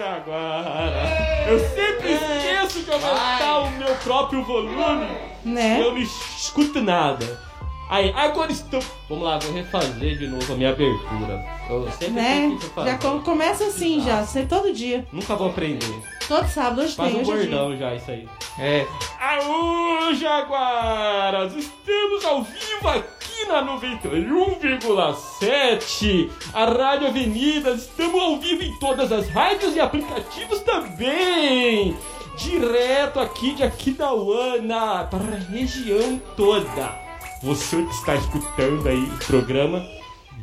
agora. Eu sempre esqueço de aumentar o meu próprio volume. Né? Eu não escuto nada. Aí, agora estou. Vamos lá, vou refazer de novo a minha abertura. Eu sempre Né? tenho que refazer. Já com- começa assim já, sempre todo dia. Nunca vou aprender. Todo sábado, hoje Faz tem, um hoje é dia. gordão já, isso aí. É. Aô, Jaguaras! Estamos ao vivo aqui na 91,7. A Rádio Avenida. Estamos ao vivo em todas as rádios e aplicativos também. Direto aqui de Aquidauana para a região toda. Você que está escutando aí o programa,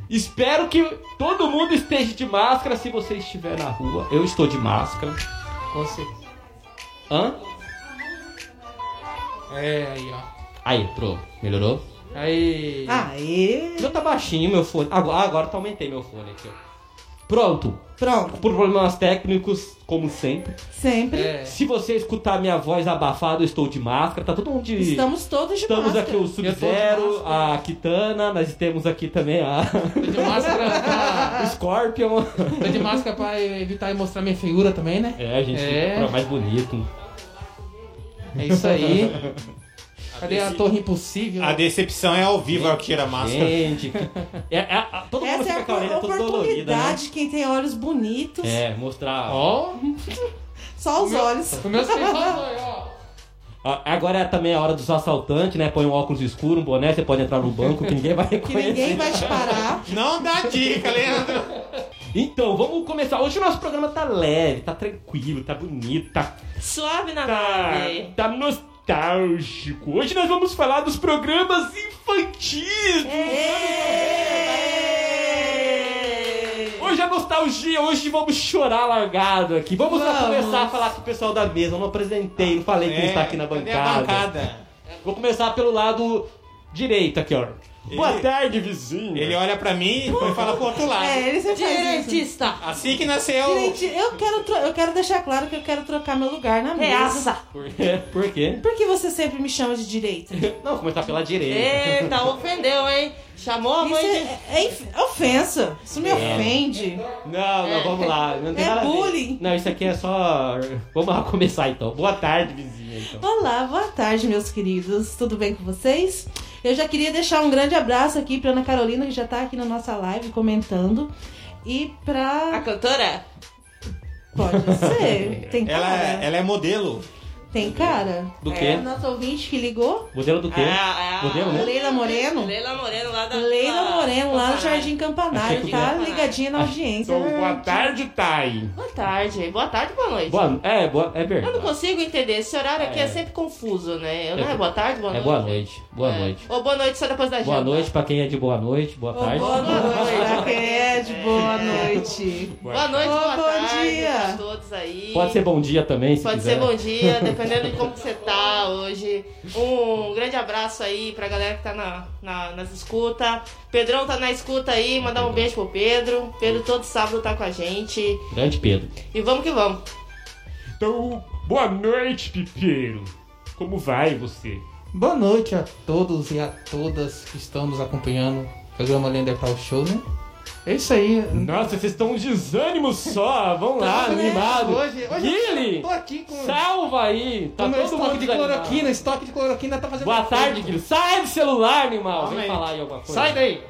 Espero que todo mundo esteja de máscara se você estiver na rua. Eu estou de máscara. Você. Hã? É, aí, ó. Aí, pronto. Melhorou? Aí. Ah. Aê! Meu tá baixinho, meu fone. Agora, agora tá aumentei meu fone aqui, ó. Pronto. Pronto, Por problemas técnicos, como sempre. sempre. É. Se você escutar minha voz abafada, eu estou de máscara. Tá todo mundo de. Estamos todos de Estamos máscara. aqui o Eu tô Sub-Zero, de máscara. a Kitana, nós temos aqui também a Tô de máscara pra. o Scorpion. Tô de máscara pra evitar e mostrar minha feiura também, né? É, a gente É. fica mais bonito. É isso aí. Cadê a torre impossível? A decepção é ao vivo, ao tira a máscara. Gente, que- é, é, a- todo mundo Essa é fica com a a orelha toda oportunidade, dolorida, né? quem tem olhos bonitos, É, mostrar. Ó, só os olhos. os meus feios ó. Ah, Agora é também a hora dos assaltantes, né? Põe um óculos escuro, um boné, você pode entrar no banco que ninguém vai Que reconhecer. ninguém vai te parar. Não dá dica, Leandro. Então, vamos começar. Hoje o nosso programa tá leve, tá tranquilo, tá bonito, tá, Suave na tá, nave. tá nostálgico. Hoje nós vamos falar dos programas infantis. Hoje é nostalgia, hoje vamos chorar largado aqui. Vamos, lá Vamos. começar a falar com o pessoal da mesa. Eu não apresentei, não falei quem está aqui na É, cadê bancada. a bancada? Vou começar pelo lado direito aqui, ó. Boa Ele- tarde, vizinho. Ele olha pra mim e fala pro outro lado. É, ele sempre faz isso. Direitista. Assim que nasceu. Gente, eu quero, tro- eu quero deixar claro que eu quero trocar meu lugar na mesa. Reaça. Por quê? Por quê? Por que você sempre me chama de direita? Não, vou começar pela É. direita. Eita, ofendeu, hein? Chamou a Isso mãe de... é, é inf- é ofensa. Isso me ofende. Não, não, vamos lá. Não tem É nada a ver. bullying. Não, isso aqui é só. Vamos lá começar então. Boa tarde, vizinha. Então. Olá, boa tarde, meus queridos. Tudo bem com vocês? Eu já queria deixar um grande abraço aqui pra Ana Carolina, que já tá aqui na nossa live comentando. E A pra. cantora? Pode ser. Tem cara. Ela, ela é modelo. Tem cara. Do É quê? a nossa ouvinte que ligou. Modelo do quê? Ah, ah, Modelo, né? Leila Moreno. Leila Moreno lá da... Leila Moreno, lá no Jardim Achei Campanário, que tá era. ligadinha na audiência. Então, boa tarde, Thay. Boa tarde. Boa tarde, boa noite. Boa, é, boa, é Eu não verdade. consigo entender. Esse horário aqui é, É. sempre confuso, né? Eu- Não É. é boa tarde, boa É noite? boa noite. Boa É. noite. Ou boa noite só depois da janta. Boa noite pra quem é de boa noite. Boa Ô, tarde. Boa noite, pra quem é de boa noite. Boa noite, Ô, boa bom tarde dia. pra todos aí. Pode ser bom dia né? também, se Pode quiser. ser bom dia, dependendo de como que você tá hoje. Um grande abraço aí pra galera que tá na, na- nas escuta. Pedrão tá na escuta aí, mandar Uhum. um beijo pro Pedro. Pedro todo sábado tá com a gente. Grande Pedro. E vamos que vamos. Então, boa noite, Pipeiro. Como vai você? Boa noite a todos e a todas que estão nos acompanhando. Programa Lenda para o Show, né? É isso aí. Nossa, vocês estão um desânimo só. Vamos lá, Tá, né? animado. Hoje, hoje Guilherme, eu tô aqui com salva aí. Tá o meu todo estoque mundo de desanimado. cloroquina. Estoque de cloroquina tá fazendo... Boa tarde, Guilherme. Sai do celular, animal. Calma Vem aí. falar aí alguma coisa. Sai daí.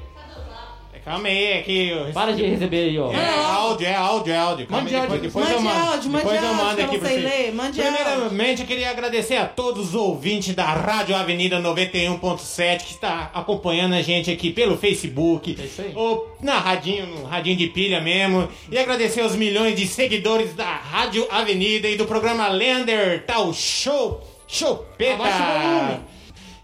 Calma aí, é que. eu- Para de receber aí, ó. É áudio, é áudio, é áudio. Calma Mande aí, depois, áudio. depois Mande eu mando. áudio, mande depois eu áudio, mando eu aqui não pra sei vocês. ler, mande Primeiramente, eu queria agradecer a todos os ouvintes da Rádio Avenida 91.7 que está acompanhando a gente aqui pelo Facebook. É isso aí. Ou na radinho, no radinho de pilha mesmo. E agradecer os milhões de seguidores da Rádio Avenida e do programa Lander Tal Show. Chopeta! Abaixa o volume.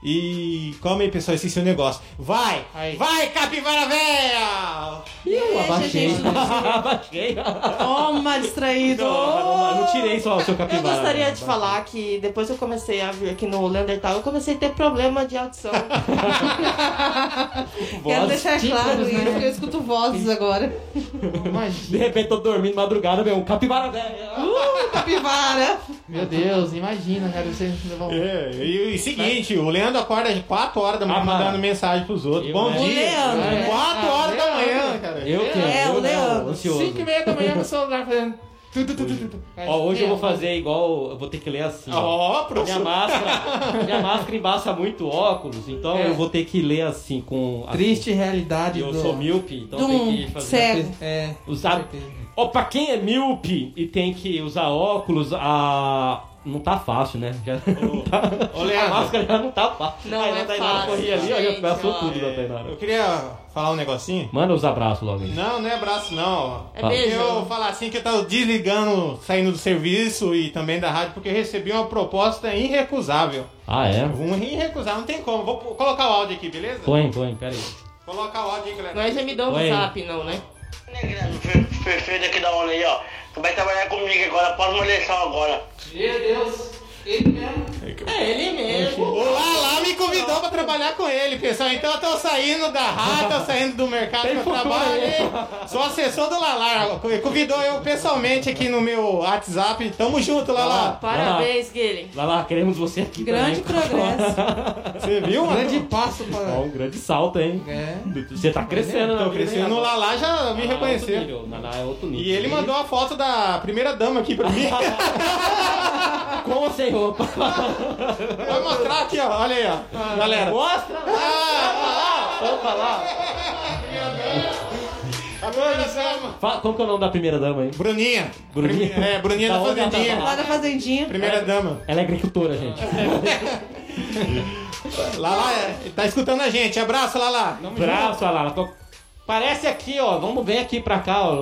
E calma aí, pessoal, esse é o negócio. Vai! Aí. Vai, capivara véia! Eu Deixa, abaixei. gente. Ah, abaixei. Toma, distraído. Não, não tirei só o seu Eu capivara. né? gostaria de falar que depois que eu comecei a vir aqui no Leandertal, eu comecei a ter problema de audição. Quero deixar tímpanos, claro né? isso, porque eu escuto vozes agora. De Imagina. repente tô dormindo madrugada, meu. Um capivara velho. Uh, capivara! Meu Deus, imagina, cara. Você levar um... É, e o seguinte, o Leandro acorda de 4 horas da manhã Ah, mandando mano. mensagem pros outros. Eu, Bom né? O dia. Leandro, né? 4 Ah, horas da Leandro. manhã, cara. Eu que É, o eu, não, Leandro. ansioso. 5 e meia da manhã no celular fazendo... Tu, tu, tu, tu, tu, tu. Ó, hoje eu vou fazer igual. Eu vou ter que ler assim. ó. Ó, Minha professor. máscara, minha máscara embaça muito óculos, então É. eu vou ter que ler assim com. assim. Triste realidade Eu do... sou míope, então Dum, tem que fazer. cego. É, Usar. Ó, pra quem é míope e tem que usar óculos, a. Não tá fácil, né? Já não tá... ô, Leandro. A máscara já não tá fácil. Não Aí é a Tainara fácil, corria ali, ó, já gente, passou ó. tudo da É, Eu Tainara. queria falar um negocinho. Manda os abraços logo aí. Não, não é abraço, não. É Fala. beijo. Eu falar assim que eu tava desligando, saindo do serviço e também da rádio, porque eu recebi uma proposta irrecusável. Ah, é? Um irrecusável, não tem como. Vou p- colocar o áudio aqui, beleza? Põe, põe, pera aí. Colocar o áudio aí, galera. Não é gemidão Oi. no zap, não, né? Perfeito aqui da ONU aí, ó. Tu vai trabalhar comigo agora, próxima eleição agora. Meu Deus, ele mesmo. É ele mesmo. O Lala me convidou pra trabalhar com ele, pessoal. Então eu tô saindo da rata, eu saindo do mercado que eu futuro trabalho. aí. Sou assessor do Lala. Convidou eu pessoalmente aqui no meu WhatsApp. Tamo junto, Ah, Lala. Parabéns, Guilherme. Lá lá, queremos você aqui. Grande também. progresso. tá. Você viu? mano? Grande passo Ó, para... um grande salto, hein? É. Você tá crescendo, Tô né? crescendo. O Lala já me Ah, outro reconheceu. nível, Naná é outro nível. E ele mandou a foto da primeira dama aqui pra mim. Com ou sem roupa? Vou mostrar aqui, ó. Olha aí, ó. Galera. Ah, Mostra lá! Vamos falar! A primeira dama. Fala, como que é o nome da primeira dama aí? ah. Bruninha. Bruninha? Prime- É, Bruninha Da da onde ela tá Fazendinha. lá? Lá da Fazendinha. Primeira dama. Ela é agricultora, gente. Lala, Ah. é- tá escutando a gente. Abraço, Lala. Braço, olha lá. ela Tô... Parece aqui, ó. Vamos ver aqui pra cá, ó.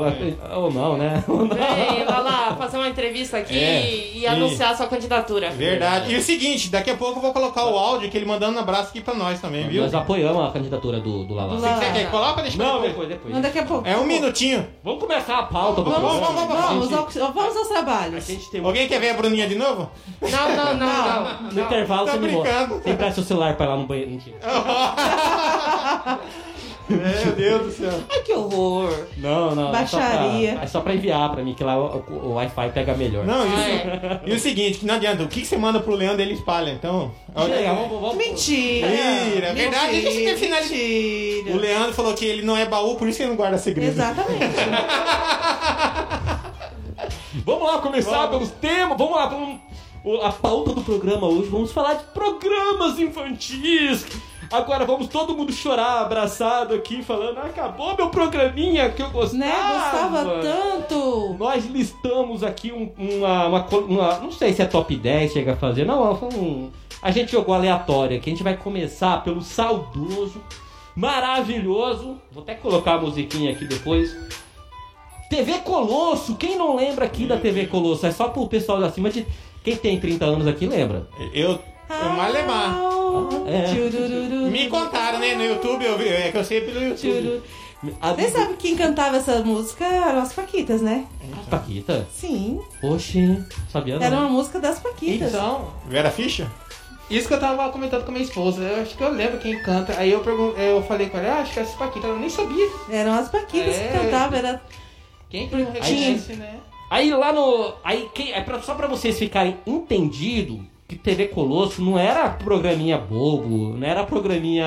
Ou não, né? Ou não. Vem, vai lá fazer uma entrevista aqui É, e, e- anunciar sua candidatura. Verdade. E o seguinte, daqui a pouco eu vou colocar o áudio que ele mandando um abraço aqui pra nós também, viu? Nós apoiamos a candidatura do, do Lala. Do Você quer que é coloque ou deixa pra Não, depois? depois, depois. Não, daqui a pouco. É um minutinho. Vamos começar a pauta do Vamos, programa. vamos, vamos, A Vamos, gente- ao- vamos aos A trabalhos. gente tem um... Alguém quer ver a Bruninha de novo? Não, não, não, não. No intervalo tá você me mostra. brincando. Você empresta seu celular pra ir lá no banheiro. Mentira. Meu Deus do céu. Ai, que horror. Não, não. É só, Baixaria. pra, é só pra enviar pra mim, que lá o, o- o Wi-Fi pega melhor. Não, Ah, isso. E o seguinte, que não adianta. O que, que você manda pro Leandro, ele espalha, então. Chega, vamos, vamos. Mentira. Mentira, é verdade. Deixa eu Mentira. finalizar. O Mentira. Leandro falou que ele não é baú, por isso que ele não guarda segredo. Exatamente. Vamos lá começar pelos temas. Vamos lá, vamos... o- a pauta do programa hoje. Vamos falar de programas infantis. Agora vamos todo mundo chorar abraçado aqui, falando: "Ah, acabou meu programinha que eu gostava. né? Ah, Gostava tanto. Nós listamos aqui um- uma, uma co- uma- Não sei se é top 10, chega a fazer. Não, foi um- a gente jogou aleatório aqui. A gente vai começar pelo saudoso, maravilhoso. Vou até colocar a musiquinha aqui depois. TV Colosso, quem não lembra aqui da TV Colosso? É só pro pessoal de acima de. Quem tem 30 anos aqui lembra. Eu. Eu mais levar. Ah, É. Tchurururu. Me contaram, né? No YouTube, eu vi. É que eu sei pelo YouTube. Tchururu. A Vocês sabem quem cantava essa música? Eram as Paquitas, né? Paquita? É. Sim. Oxi, sabia não. Era um uma música das Paquitas. Então, Vera Ficha? isso que eu tava comentando com a minha esposa, eu acho que eu lembro quem canta. Aí eu, pergun- eu falei com ela, ah, acho que é essa Paquita, ela nem sabia. Eram as Paquitas É. que cantavam. Era... Quem que não reconhece, né? Aí lá no. Aí quem, é pra- só pra vocês ficarem entendido que TV Colosso não era programinha bobo, não era programinha.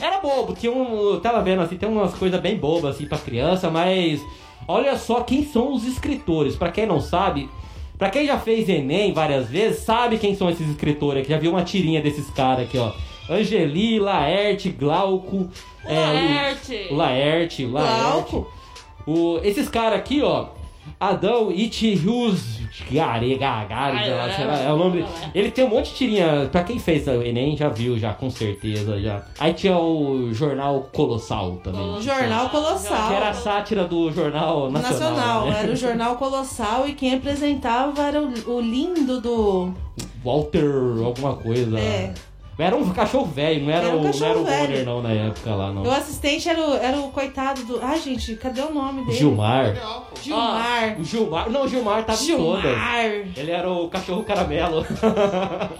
Era bobo, tinha um. Eu tava vendo assim, tem umas coisas bem bobas assim pra criança, mas. Olha só quem são os escritores. Pra quem não sabe, pra quem já fez Enem várias vezes, sabe quem são esses escritores aqui. Já viu uma tirinha desses caras aqui, ó. Angeli, Laerte, Glauco. é, o- Laerte. o Laerte, o Laerte. Glauco. O, esses caras aqui, ó. Adão Itihus Garegagari, Ai, ai, ai. é o nome. Ele tem um monte de tirinha. Pra quem fez o Enem já viu, já, com certeza. já. Aí tinha o jornal Colossal também. Colossal. Jornal Colossal. Que era a sátira do jornal nacional. Nacional, é. né? era o Jornal Colossal e quem apresentava era o, o lindo do. Walter, alguma coisa. É. Era um cachorro velho, não era, Era um o, não era cachorro o Bonner, velho. não, na época lá, não. O assistente era o, era o coitado do. Ai, gente, cadê o nome dele? Gilmar. é Gilmar. O Gilmar. Não, o Gilmar tava em todas. Gilmar. Ele era o cachorro caramelo.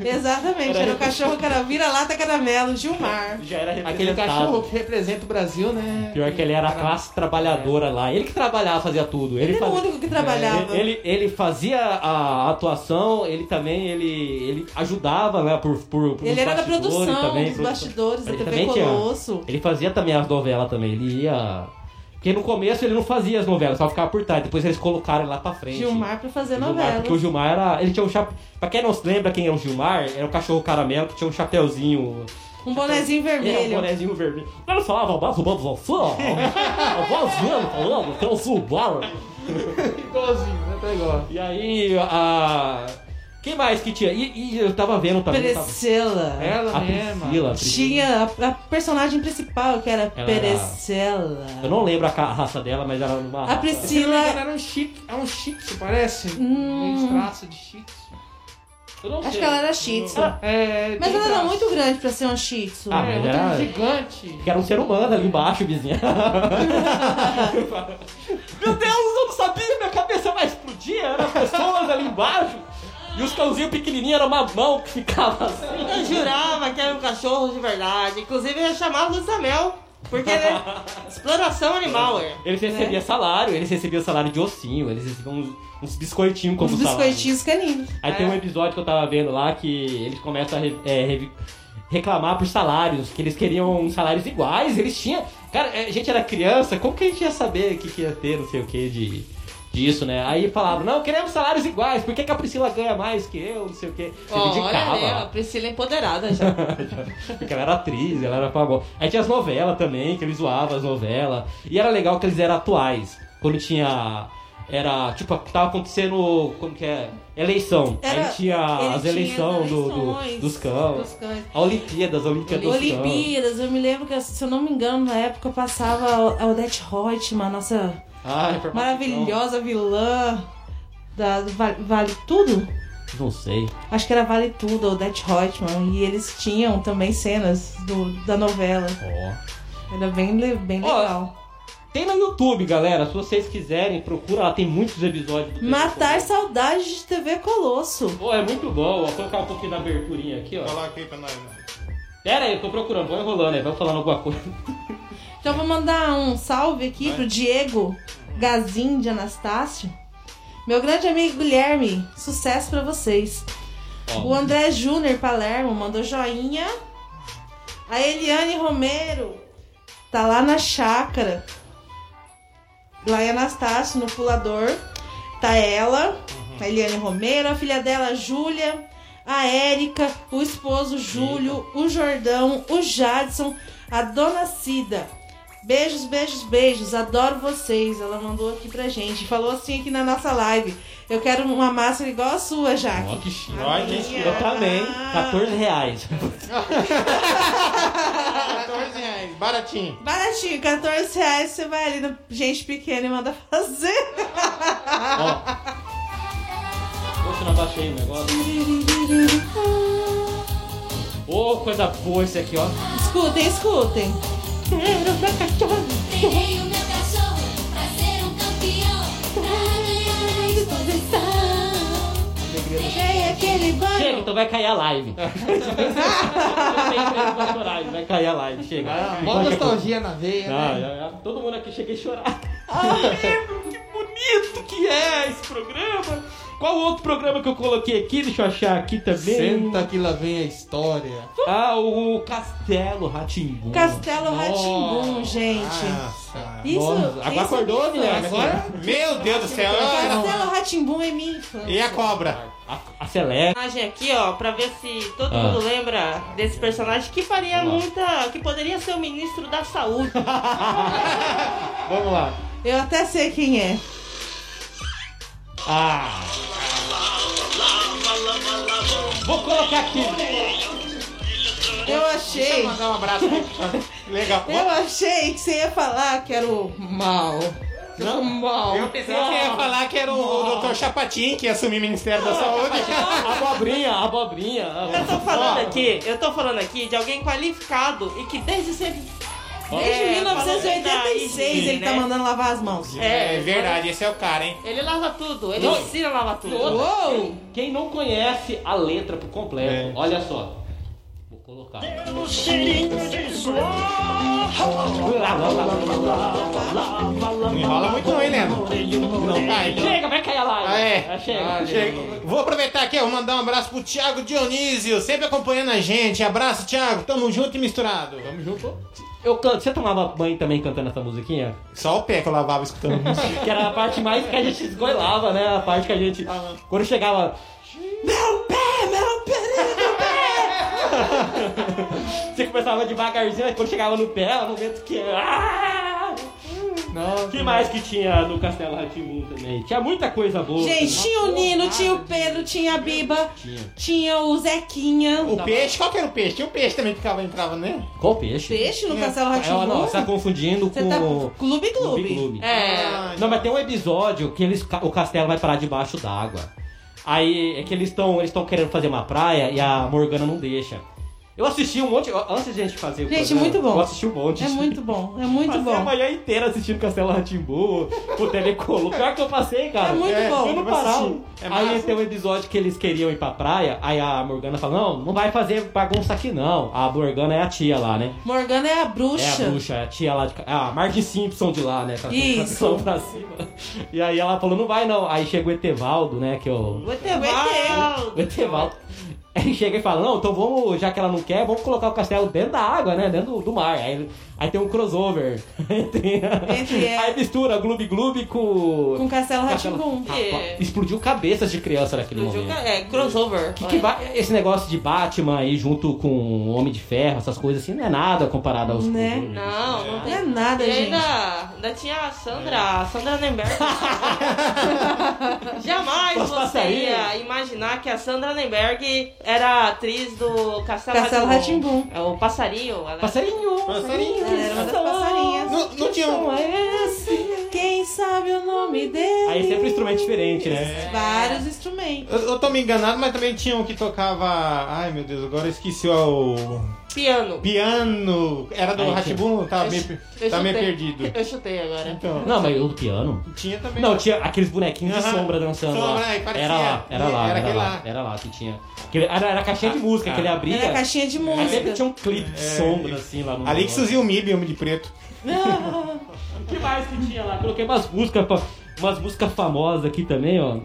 Exatamente, era o cachorro cara, vira-lata caramelo, Gilmar. Já era Aquele representado. cachorro que representa o Brasil, né? Pior que é. ele era a classe trabalhadora lá. Ele que trabalhava, fazia tudo. Ele, Ele era o fazia... É, único que trabalhava. Ele, ele- ele fazia a atuação, ele também ele, ele ajudava, né? Por, por, por- nos Ele era da bastidores produção, também, dos produção. bastidores da Ele TV também tinha- Colosso. Ele fazia também as novelas também. Ele ia. Porque no começo ele não fazia as novelas, só ficava por trás. Depois eles colocaram ele lá pra frente. Gilmar pra fazer Gilmar, novela. porque o Gilmar era. Ele tinha um chapéu. Pra quem não se lembra quem é o Gilmar, era um cachorro caramelo que tinha um chapéuzinho. Um bonezinho É, um vermelho. bonezinho vermelho. Mas não falava mais o Bob Vassão. A voz dele falando, que é um subar. Igualzinho, até igual. E aí, a. Quem mais que tinha? E, e eu tava vendo também. eu tava- Perecela. Ela a mesma. Priscila. a Priscila. né, Tinha a, a personagem principal, que era Ela era- Perecela. Eu não lembro a ca- a raça dela, mas era uma. A raça. Se não me engano, Priscila. era um chique, é um chique, parece. Hum. Meio traço de chique. Eu não Acho sei. que ela era Shih Tzu. É, Mas tem ela era traço. muito grande pra ser um Shih Tzu. Ah, É, mas outra era- gigante. Que era um ser humano ali embaixo, vizinha. Meu Deus, eu não sabia, minha cabeça vai explodir. Eram as pessoas ali embaixo. E os cãozinhos pequenininhos eram uma mão que ficava assim. Eu jurava que era um cachorro de verdade. Inclusive, eu chamava Luiz Amel. Porque, né? Exploração animal, é. Eles recebiam salário, eles recebiam salário de ossinho, eles recebiam uns, uns biscoitinhos como Os salário. biscoitinhos é caninos. Aí É. tem um episódio que eu tava vendo lá que eles começam a re- é, revi- reclamar por salários, que eles queriam salários iguais, eles tinham. Cara, é, a gente era criança, como que a gente ia saber o que, que ia ter, não sei o que, de, disso, né? Aí falavam, não, queremos salários iguais, por que, que a Priscila ganha mais que eu, não sei o que. Se Ó, olha vindicava. ali, ó, a Priscila é empoderada já. Porque ela era atriz, ela era famosa. Aí tinha as novelas também, que eles zoavam as novelas. E era legal que eles eram atuais. Quando tinha. Era. Tipo, tava acontecendo. Como que é? Eleição. Era- Aí tinha ele as tinha eleições as do, do- eleições dos cães. dos cães. A Olimpíada, as Olimpíadas dos cães. Olimpíadas, eu me lembro que, se eu não me engano, na época eu passava a Odette Reutemann, a nossa Ai, informação. maravilhosa vilã da do vale, Vale Tudo? Não sei. Acho que era Vale Tudo, a Odette Reutemann. E eles tinham também cenas do- da novela. Ó. Era bem, le- bem Ó, legal. Tem no YouTube, galera. Se vocês quiserem, procura lá. Tem muitos episódios do Matar Saudade de TV Colosso. Pô, é muito bom. Vou colocar um pouquinho da aberturinha aqui, ó. Coloca aí pra nós. né? Pera aí, eu tô procurando. Vou enrolando aí. Vai falando alguma coisa. Então vou mandar um salve aqui pro Diego Gazin de Anastácio. Meu grande amigo Guilherme, sucesso pra vocês. Ó. O André Júnior Palermo mandou joinha. A Eliane Romero tá lá na chácara. Lá em Anastácio, no pulador. Tá ela, Uhum. a Eliane Romero, a filha dela, a Júlia, a Érica, o esposo Júlio, o Jordão, o Jadson, a dona Cida. Beijos, beijos, beijos. Adoro vocês. Ela mandou aqui pra gente. Falou assim aqui na nossa live. Eu quero uma máscara igual a sua, Jaque. Ó, que chique. A Ó, que minha. chique. Eu também. 14 reais. 14 reais, baratinho. Baratinho, 14 reais você vai ali no gente pequena e manda fazer. Ó. Poxa, não abaixei o negócio. Ô, coisa boa esse aqui, ó. Escutem, escutem. Treinei o meu cachorro pra ser um campeão, pra ganhar a exposição. Tem aquele Chega, banho. então vai cair a live. vai cair a live, chega. Ah, Mó nostalgia na veia, Ah, né? já- já- todo mundo aqui cheguei a chorar. que bonito que é esse programa. Qual outro programa que eu coloquei aqui? Deixa eu achar aqui também. Senta que lá vem a história. Ah, o Castelo Ratimbu. Castelo Ratimbum, gente. Ah, Nossa. Isso, Agora isso acordou, é minha Guilherme? infância. Agora? Meu Deus do céu. eu- Castelo Ratimbum é minha infância. E a cobra? A, a Celeste. personagem aqui, ó, pra ver se todo Ah. mundo lembra desse personagem que faria Vamos lá. muita. que poderia ser o ministro da saúde. Vamos lá. Eu até sei quem é. Ah! Vou colocar aqui. Eu achei, Deixa eu mandar um abraço aqui. Legal. eu achei que você ia falar que era o mal. Não, mal. Eu pensei que ia falar que era o Dr. Chapatin que ia assumir o Ministério da Saúde. Abobrinha, abobrinha. Eu tô falando aqui, eu tô falando aqui de alguém qualificado e que desde sempre. Desde É, 1986 ele tá né? mandando lavar as mãos. É, verdade, esse é o cara, hein? Ele lava tudo, ele Não. ensina a lavar tudo. Outra, Uou! quem- Quem não conhece a letra por completo, É. olha só. Vou colocar. No cheirinho de suor. Não enrola muito não, hein, Leandro? Tá, então... Chega, vai cair a live. Ah, é. Ah, Chega. Ah, chega. Vou aproveitar aqui, eu vou mandar um abraço pro Thiago Dionísio, sempre acompanhando a gente. Abraço, Thiago. Tamo junto e misturado. Tamo junto. Eu canto. Você tomava banho também cantando essa musiquinha? Só o pé que eu lavava escutando música. Que era a parte mais que a gente esgoelava, né? A parte que a gente. Ah. Quando chegava. Meu É, pé, meu querido pé! Você começava devagarzinho, aí quando chegava no pé, era o momento que. Ah! Nossa, que mais que tinha no Castelo Ratimun também? Tinha muita coisa boa. Gente, tinha o Nino, tinha o Pedro, tinha a Biba, Tinha. tinha o Zequinha. O peixe, qual que era o peixe? Tinha o peixe também que ficava, entrava, né? Qual peixe? Peixe no Castelo Ela, não, você tá Ratimbu. confundindo Você com. tá o Clube clube clube. Clube. É. Ah, Não, mas tem um episódio que eles, o castelo vai parar debaixo d'água. Aí é que eles estão eles tão querendo fazer uma praia e a Morgana não deixa. Eu assisti um monte. Antes de a gente fazer o Gente, programa, muito bom. Eu assisti um monte. É muito bom, é muito Passei a bom. manhã inteira assistindo Castelo Ratimbu, o Telecolo. Pior que eu passei, cara. É muito É, Eu bom. não Vamos parava. assistir. É aí massa. tem um episódio que eles queriam ir pra praia, aí a Morgana fala, não, não vai fazer bagunça aqui não. A Morgana é a tia lá, né? Morgana é a bruxa. É a bruxa, é a tia lá de. ca- Ah, a Marge Simpson de lá, né? Com a- com a Isso. mão pra cima. E aí ela falou, não vai não. Aí chega o Etevaldo, né? Que é o. Vou ter, vai ter. O Etevaldo. Aí chega e fala, não, então vamos, já que ela não quer, vamos colocar o castelo dentro da água, né? Dentro do, do mar. Aí, aí tem um crossover. Aí, tem a- Entre ela- aí mistura Gloob Gloob com. é. Com Castelo Castelo- Ratimbu. Rapaz, Explodiu cabeças de criança naquele Do Juca- momento. É, crossover. Que, que ba- Esse negócio de Batman aí junto com Homem de Ferro, essas coisas assim, não é nada comparado aos. Né? filmes. Não, não Não tem. é nada, E gente. ainda, ainda tinha a Sandra, a Sandra Nemberg. Jamais Os você passarinhos. ia imaginar que a Sandra Nemberg era a atriz do Castelo, Castelo Rá-Tim-Bum. Rá-Tim-Bum. É o passarinho. Ela... Passarinho! É. Passarinho. É, Era uma das passarinhas. Não, não tinha um. Assim, Quem sabe o nome dele? É. Aí sempre um instrumento diferente, né? Vários instrumentos. Eu, eu tô me enganado, mas também tinha um que tocava. Ai meu Deus, agora eu esqueci o. Piano. Piano. Era do Ai, então. Ratibum? Tá meio, Eu tá meio chutei. perdido. Eu chutei agora. Então. Não, mas o piano. Tinha também. um. Não, tinha aqueles bonequinhos de Aham. sombra dançando Sombra, é, lá. aí parecia. Era lá, era lá, Era era, aquele lá, lá. Ah, era lá que tinha. Aquele- Era, era a caixinha de música que ele abria. Era a é caixinha de Aí sempre música. tinha um clipe de É. sombra, assim, lá no Ali que negócio. surgiu o Mib, homem de preto. O que mais que tinha lá? Coloquei umas músicas, fa- umas músicas famosas aqui também, ó.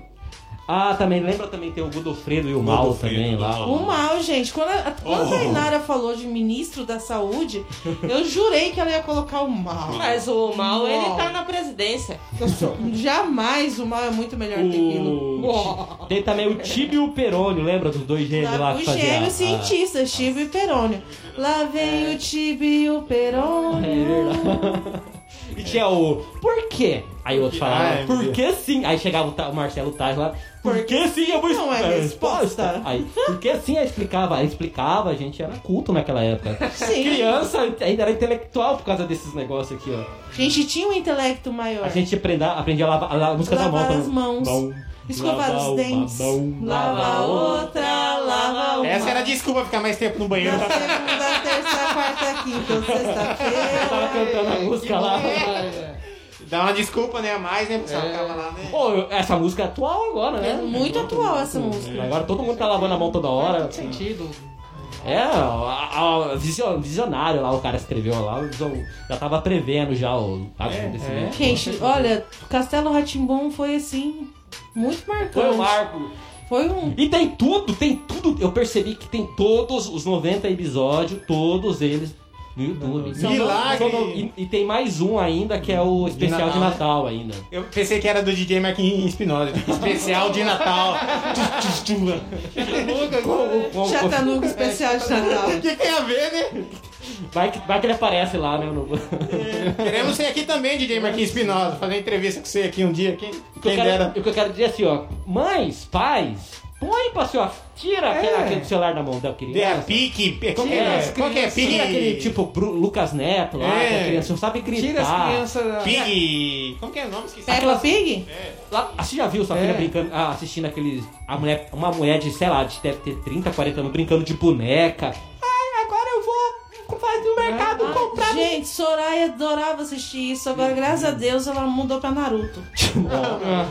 Ah, também, lembra também tem o Godofredo e o Mal Godofredo, também lá. ó. O Um mal, gente. Quando a, Oh. quando a Inara falou de ministro da saúde, eu jurei que ela ia colocar o mal. Mas o mal, Uau. ele tá na presidência. Jamais o mal é muito melhor que aquilo. O... Tem também o Tibio e o Perônio, lembra dos dois gêmeos lá Os que faziam? gêmeos a- cientistas, Chivo e Perônio. Lá vem o Tibi e o Perônio. É E tinha o por quê? Aí o outro falava, Ai, meu por que sim? Aí chegava o, Ta- o Marcelo Tais lá, por que sim? Eu vou Não é explicar a resposta. Aí, por que sim? Aí explicava, aí explicava, a gente era culto naquela época. Sim. Criança ainda era intelectual por causa desses negócios aqui, ó. A gente tinha um intelecto maior. A gente aprenda, aprendia a lavar a, la- a música Lavar da mão. as mãos. Escovar Lavar o os dentes. babão. Lava Lavar outra, lava uma. Essa era a desculpa pra ficar mais tempo no banheiro. tá? Na segunda, terça, quarta, quinta, Eu tava sexta-feira. cantando a música lá. É, Dá uma desculpa, né? A mais, né? Porque É. ela ficava lá, né? Pô, eu- essa música é atual agora, É né? muito atual essa música. Agora todo mundo tá lavando a mão toda hora. sentido. É, a, a- visio- visionário lá, o cara escreveu lá, o visão- já tava prevendo já o É, acontecimento. Gente, olha, Castelo Ratimbom foi assim, muito marcante. Foi um o marco. Foi um. E tem tudo, tem tudo. Eu percebi que tem todos os 90 episódios, todos eles no YouTube. São- Milagre! são- e, e tem mais um ainda, que é o especial de Natal, né? Natal, ainda. Eu pensei que era do DJ Marquinhos Espinosa. tipo, Especial de Natal. Tchu, tchu, É. tchu. Chatanuga tá especial de Natal. O que tem a ver, né? Vai que, vai que ele aparece lá, né? No... Queremos ser aqui também, DJ Marquinhos Espinosa. Fazer entrevista com você aqui um dia. Quem, O que eu quem quero- dera. O que eu quero dizer é assim, ó. Mães, pais, põe pra sua. Tira É. aquele, aquele celular da mão da criança. Dê a pique. pe- Qual que Tira é? as Qual que é? crianças. Tira aquele Pique. tipo Bru- Lucas Neto lá, É. que a criança não sabe gritar. Tira as crianças. da- Pique. Como que é o nome? Esqueci. Peppa Pig? Lá, ah, você já viu sua É. filha brincando, ah, assistindo aqueles. A mulher, uma mulher de, sei lá, de deve ter 30, 40 anos brincando de boneca. Ai, agora eu vou fazer no mercado comprar. Gente, Soraya adorava assistir isso. Agora, graças a Deus, ela mudou pra Naruto.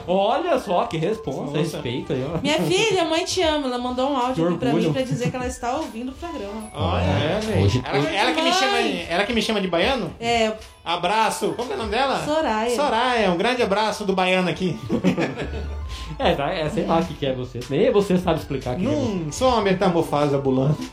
Olha só que resposta, respeito aí, ó. Minha filha, mãe te ama. Ela mandou um áudio Que aqui pra orgulho. mim pra dizer que ela está ouvindo o programa. Olha, é, Hoje- velho. Ela, ela que me chama, ela que me chama de baiano? É, Abraço. Como que é o nome dela? Soraya. Soraya. Um grande abraço do baiano aqui. É, tá, é, sei lá o que, que é você. Nem você sabe explicar. Que tá, Não sou uma metamorfase ambulante.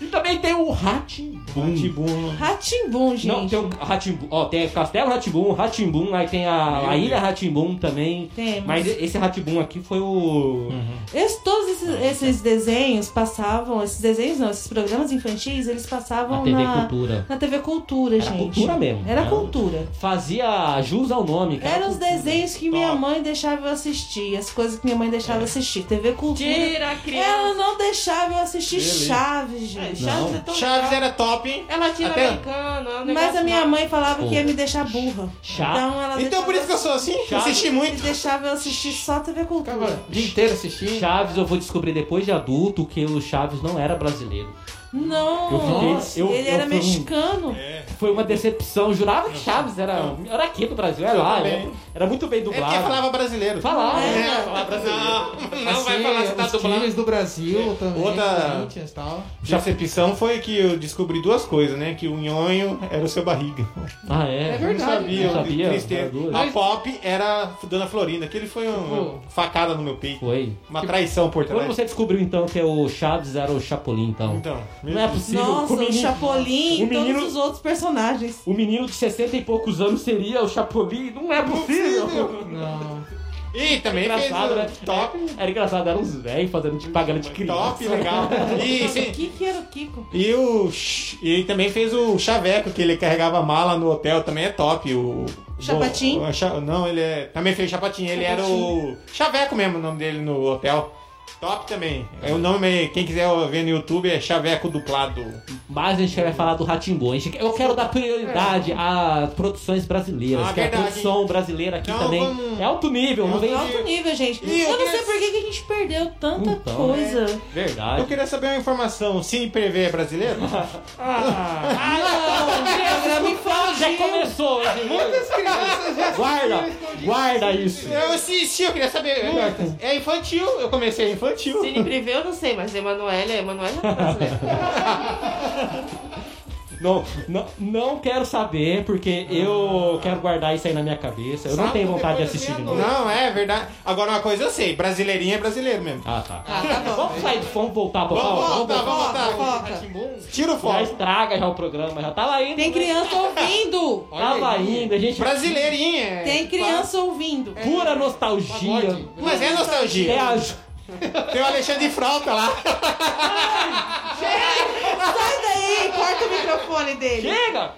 E também também tem o Ratimbum. Tibum. Ratimbum, gente. Não, tem o Ratimbum. Ó, tem Castelo Ratimbum, Ratimbum, aí tem a, a Ilha Ratimbum também. Temos. Mas esse Ratimbum aqui foi o. Uhum. Esse- todos esses, esses desenhos passavam, esses desenhos não, esses programas infantis, eles passavam A TV na, Cultura. na TV Cultura, Era gente. cultura mesmo. né? Era Era- cultura. Fazia jus ao nome, cara. Eram os desenhos que minha Top. mãe deixava eu assistir, as coisas que minha mãe deixava eu assistir. TV Cultura. Tira a criança. Ela não deixava eu assistir Chaves, É, gente. Chaves é tão Chaves legal. era top. É Até- latino-americano. é um Mas negócio a minha mal. mãe falava que Pô. ia Tá. me deixar burra. Chato. Então ela Então deixava por isso que eu sou assim. Chaves. Assisti Eles muito. deixavam eu assistir só TV Ficava Cultura. o dia inteiro assistindo. Chaves, eu vou descobrir depois de adulto que o Chaves não era brasileiro. Não, Eu fiquei- eu- ele eu era fui um- mexicano. Foi uma decepção, eu jurava que Chaves era, um, era aqui do Brasil, era lá, era, era muito bem É porque dublado. falava brasileiro. Falava, É, né? falava brasileiro. Não, não vai Assim, falar que tá os dublado. times do Brasil também, Outra- Corinthians e tal. Já decepção foi que eu descobri duas coisas, né? Que o nhonho era o seu barriga. Ah, é? É Eu não verdade. sabia, Não eu sabia, tristeza. era duas. A Pop era a Dona Florinda, que ele foi uma Tipo- facada no meu peito. Foi. Uma traição por Quando trás. você descobriu então que o Chaves era o Chapolin, então? Então, meu não é Deus. possível. Nossa, o, o menino, Chapolin o e todos menino- os outros personagens. o menino de 60 e poucos anos seria o Chapolin? Não é possível. Não. E também Era fez engraçado, o né? É top. Era, era engraçado, eram uns velhos fazendo de pagando de criança. Top, legal. E, Nossa, sim, o que que era o Kiko? e o. Ch- E ele também fez o Chaveco, que ele carregava mala no hotel, também é top. O. Chapatinho? o- o Cha- não, ele é. Também fez Chapatinho, ele era o. Chaveco mesmo, o nome dele no hotel. Top também. É o nome, quem quiser ver no YouTube é Chaveco duplado. Mas a gente vai falar do Ratimbu. Eu quero dar prioridade às produções brasileiras. É. Ah, que é a verdade, produção brasileira aqui Não, também vamos- é alto nível, não vem. Em alto nível, gente. E eu eu não quero- sei por que que a gente perdeu tanta Então, coisa. Verdade. Eu queria saber uma informação, Cine Prevê é brasileiro? Ah, Ah, Não, o programa Já infantil. começou, Edmundo. crianças já Guarda, guarda isso. eu assisti, eu queria saber. É infantil, eu comecei é infantil. Cine Privé eu não sei, mas Emanuele, Emanuele é brasileiro. Não, não, não quero saber, porque eu quero guardar isso aí na minha cabeça. Eu não Ah. Sábado tenho vontade de depois assistir de da novo. Não, é verdade. Agora uma coisa eu sei, brasileirinho é brasileiro mesmo. Ah, tá. Vamos sair de fome e voltar pra Vamos pauta. voltar, vamos voltar. Tá Tira o Já foco. estraga já o programa, já tava indo. Tem né? criança ouvindo. Tava indo, a gente. Brasileirinho é. Tem criança ouvindo. É. Pura nostalgia. Mas é É nostalgia. a- Tem o Alexandre Frota lá. Sai daí, corta o microfone dele. Chega!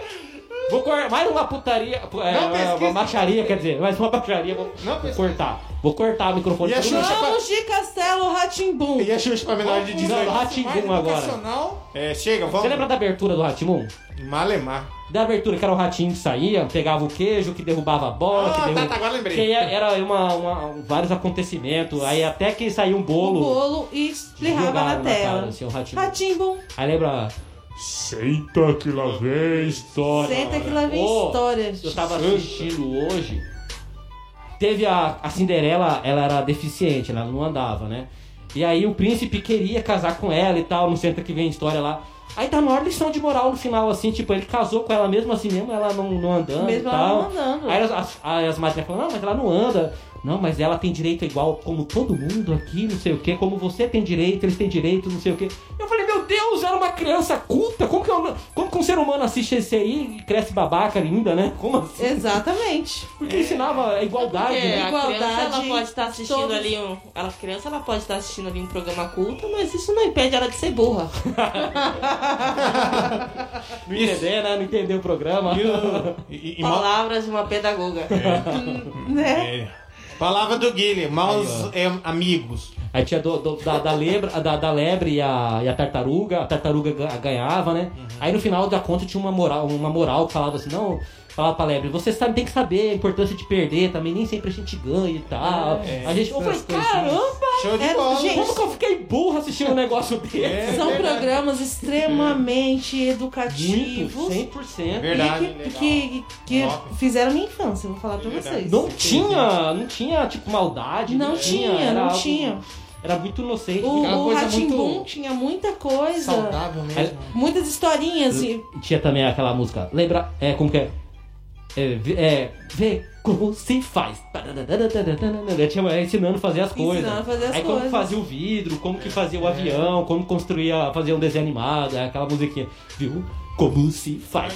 Vou cortar mais uma putaria. é, Não pesquisa. uma baixaria, quer dizer, mais uma baixaria. Vou, Não vou pesquisa. cortar. Vou cortar o microfone. E a todo Xuxa? mundo. Vamos de Castelo Ratimbum. E é a Xuxa pra menor de Não, do 18. Ratimbum agora. É, chega, Você vamos. lembra da abertura do Ratimum? Malemar. Da abertura que era o ratinho que saía, pegava o queijo, que derrubava a bola, Ah, que, tá, derrubava... tá, agora lembrei. que era uma, uma- vários acontecimentos. Aí até que saiu um O bolo. bolo e espirrava jogava na tela. cara, assim, o Rá-Tim-Bum. Ratimbum, Aí lembra. Senta que lá vem história. senta que lá vem Ô, história. Eu tava assistindo hoje. Teve a, a Cinderela, ela era deficiente, ela não andava, né? E aí o príncipe queria casar com ela e tal, não senta que vem história lá. Aí tá a maior lição de moral no final, assim, tipo, ele casou com ela mesmo assim, mesmo ela não, não andando Mesmo e ela tal. não andando. Aí as, as, aí as madrinhas falam, não, mas ela não anda. Não, mas ela tem direito igual como todo mundo aqui, não sei o quê. Como você tem direito, eles têm direito, não sei o quê. Eu falei, meu Deus, era uma criança culta. Como que, eu não- como que um ser humano assiste esse aí e cresce babaca ainda, né? Como assim? Exatamente. Porque ensinava a igualdade, É. Porque né? a igualdade, criança ela pode estar assistindo todos. ali um. Ela, criança ela pode estar assistindo ali um programa culto, mas isso não impede ela de ser burra. Não entender, né? Não entender o programa. E o- e- e mal- Palavras de uma pedagoga. Né? é. Palavra do Guilherme, maus é, amigos. Aí tinha do- do- da, da lebre, da, da lebre e, a, e a tartaruga, a tartaruga ga- ganhava, né? Uhum. Aí no final da conta tinha uma moral, uma moral que falava assim, não, falava pra lebre, você sabe, tem que saber a importância de perder também, nem sempre a gente ganha e tal. É, a gente, eu falei, essas coisinhas. caramba, Show de Era- bola. É, gente, como que eu fiquei burro assistindo um negócio desse? É São verdade. programas extremamente Muito, educativos. 100%. Verdade, e legal. que, que, que Top. fizeram minha infância, vou falar pra Verdade. vocês. Não tinha, não tinha, tipo, maldade. Não tinha, era não algo- tinha. Era muito inocente. O, Aquela o coisa Ratimbum muito tinha muita coisa. Saudável mesmo. Muitas historinhas. E... Tinha também aquela música, lembra, é, como que é? É, vê- é, vê como se faz. Eu tinha eu ensinando a fazer as Ensinando coisas. a fazer as Aí como coisas. fazia o vidro, como que fazia o avião, como construía, fazia um desenho animado, aí aquela musiquinha. Viu? Como se faz.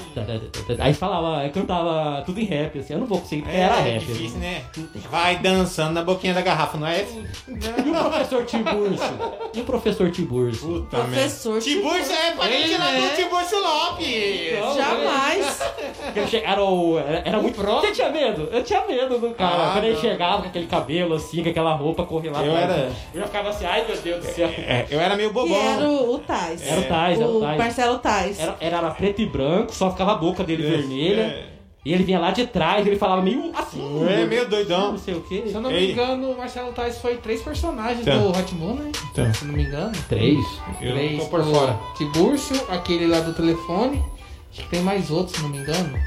Aí falava, aí cantava tudo em rap, assim, eu não vou conseguir, porque era é rap. difícil, né? Vai dançando na boquinha da garrafa, não é? E o professor Tiburcio? E o professor Tiburcio? Puta Professor Tiburcio é parente Ele, lá né? do Tiburcio Lopes. Não, Jamais. Porque eles chegaram. Era, é, era muito próximo. Você tinha medo? Eu tinha medo do cara. Ah, Quando ele não. chegava com aquele cabelo assim, com aquela roupa correlada. Eu era- Eu já ficava assim, ai meu Deus do céu. É, eu era meio Que bobão. era um o, o Tais. Era o Tais, era o Tais. Marcelo Tais. Era, era, era preto e branco, só ficava a boca dele É, vermelha. é. E ele vinha lá de trás, ele falava meio assim. É, meio doidão. Não sei o quê. Se eu não me Ei. engano, o Marcelo Tais foi três personagens Tá. do Hot Moon, né? Então, Tá. Se eu não me engano. Três? Eu três tô por do fora. Tibúrcio, aquele lá do telefone. Acho que tem mais outros, se eu não me engano.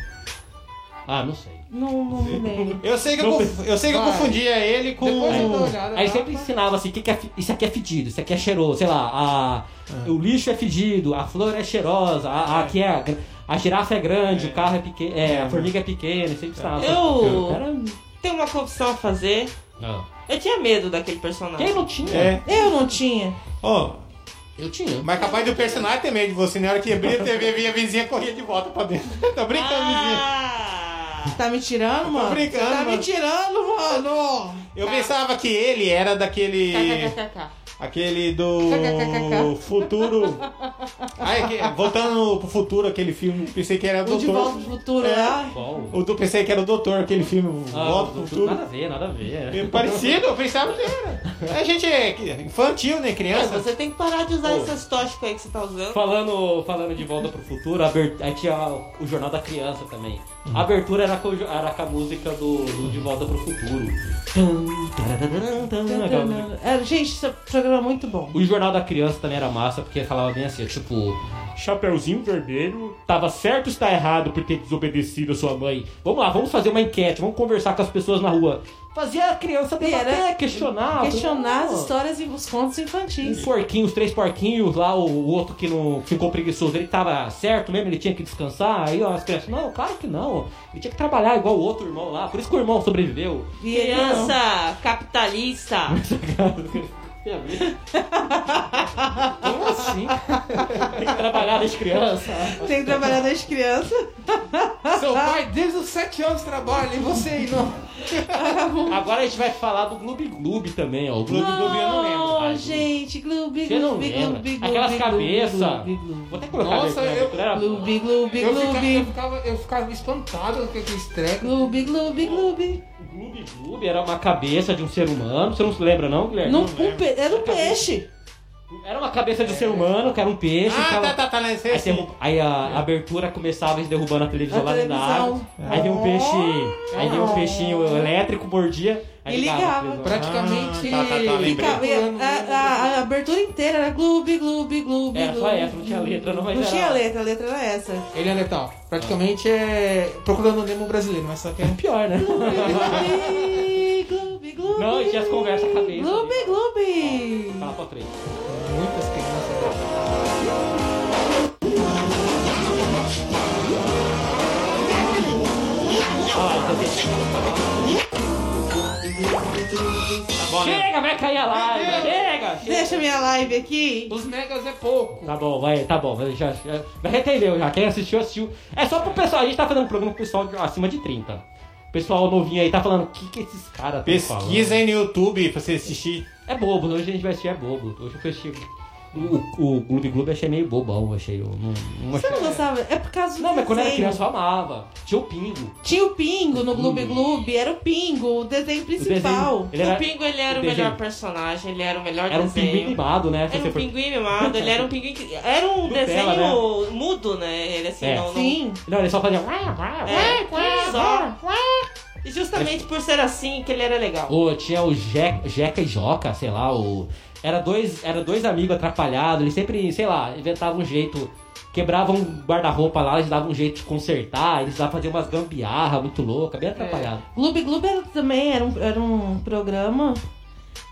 Ah, não sei. Não, não me lembro. Eu sei que, eu, Não, conf- eu, sei que eu vai. confundia ele com. Depois eu dou uma olhada. Aí lá, sempre tá? ensinava assim, que que é fe- isso aqui é fedido, isso aqui é cheiroso, sei lá, a- o lixo é fedido, a flor é cheirosa, a, a- aqui é, a gra- a girafa é grande, o carro é pequeno, é, a formiga é pequena, sempre ensinava. assim. Eu- Era- Tem uma confissão a fazer. Eu tinha medo daquele personagem. Quem não tinha? É. Eu não tinha. Ó, Eu tinha. mas capaz do personagem ter medo de você. né? Na hora que abria a TV, vinha a vizinha corria de volta pra dentro. Tô brincando, vizinha. Ah! Tá me tirando, mano? brincando, Tá mano. me tirando, mano. Eu tá. pensava que ele era daquele. KKKK. Aquele do futuro. Ai, que- voltando pro futuro, aquele filme. Pensei que era o O De Volta doutor. pro Futuro, É. né? Qual? O do, pensei que era o doutor, aquele filme. Ah, Volta pro tudo- futuro. Nada a ver, nada a ver. É Parecido, eu pensava que era. A gente é infantil, né? É, Criança. Você tem que parar de usar Pô. esses tóxicos aí que você tá usando. Falando, falando de Volta pro Futuro, a aber- aí tinha o Jornal da Criança também. A abertura era com, o jo- era com a música do, do De Volta pro Futuro. Tum, tararararam, tum, aquela música. É, gente, esse programa é muito bom. O Jornal da Criança também era massa, porque falava bem assim, tipo... Chapeuzinho Vermelho, tava certo ou está errado por ter desobedecido a sua mãe? Vamos lá, vamos fazer uma enquete, vamos conversar com as pessoas na rua. Fazia a criança debater, Era- questionar. Questionar as Pô, histórias e os contos Os infantis. porquinhos, os Um três porquinhos lá, o, o outro que não ficou preguiçoso, ele tava certo mesmo, ele tinha que descansar. Aí ó, as crianças, não, claro que não. Ele tinha que trabalhar igual o outro irmão lá, por isso que o irmão sobreviveu. E ele não. Criança capitalista. Como assim? Tem que trabalhar desde criança. Tem que trabalhar desde criança. Seu pai, desde os sete anos trabalha, e você aí não. Agora a gente vai falar do Gloob Gloob também, ó. O Gloob Gloob eu não lembro. Oh, cara. gente, Gloob, Você não Gloob, lembra? Gloob, Aquelas cabeças. Gloob, Vou até Gloob, colocar Nossa, ali, né? eu- Aquilo era- Gloob, Gloob, Eu ficava, eu, Gloob, ficava, eu ficava espantado com aquele estreco. Gloob, Gloob, Gloob. O Gloob Gloob era uma cabeça de um ser humano. Você não se lembra, não, né? Guilherme? Num- um pe- Era um peixe. Era uma cabeça de um ser humano, que era um peixe. que Ah, tava- tá, tá, tá, né? Sei, Aí, um sim. derru- aí a abertura começava eles derrubando a televisão A lá dentro da água. televisão. Aí vinha um peixe. Aí vinha um peixinho elétrico, mordia. Aí E a ligava. televisão. Praticamente. Ah, tá, tá, tá, lembrei. Ficava- procurando, a, a- a abertura inteira era Gloob, Gloob, Gloob. Era É, só Gloob, essa, não tinha Gloob. letra, não, mas Não era- tinha letra, a letra era essa. Ele é letal. Praticamente é. Procurando o Nemo brasileiro, mas só que é. Pior, né? Gloob, Gloob, Gloob. Não, e tinha as conversas cabeça. Gloob, Gloob. Fala pra frente. Muitas crianças. então Tá Bom, né? Chega, vai cair a live. Chega, chega. Deixa minha live aqui. Os megas é pouco. Tá bom, vai, tá bom. vai, Já, já, já entendeu, já. Quem assistiu, assistiu. É só pro pessoal. A gente tá fazendo um programa pro pessoal de- acima de 30. O pessoal novinho aí tá falando, o que que esses caras tão falando? Pesquisa aí no YouTube pra você assistir. É bobo, hoje a gente vai assistir, é bobo. Hoje eu assisti o, o Gloob Gloob, eu achei meio bobão, eu achei. Eu não, não Você achei- não gostava? É por causa do Não, mas quando eu era desenho. criança Hum. eu amava. Tinha o Pingo. Tinha o Pingo no Gloob Gloob, era o Pingo, o desenho principal. Ele era, O Pingo ele era o, o melhor desenho. personagem, ele era o melhor era um desenho. pinguim mimado, né? Se Era você um for- pinguim mimado, ele era um pinguim que. Era um Nutella, desenho mudo, né? Ele assim, É. não. não- Sim. Não, ele só fazia. "Uá, uá, uá". É, só. E justamente por ser assim que ele era legal. Ô, tinha o Je- Jeca e Joca, sei lá, o. Era dois, era dois amigos atrapalhados, eles sempre, sei lá, inventavam um jeito. Quebravam um guarda-roupa lá, eles davam um jeito de consertar, eles lá faziam umas gambiarra muito louca, bem atrapalhado. Gloob Gloob era- também era um, era um programa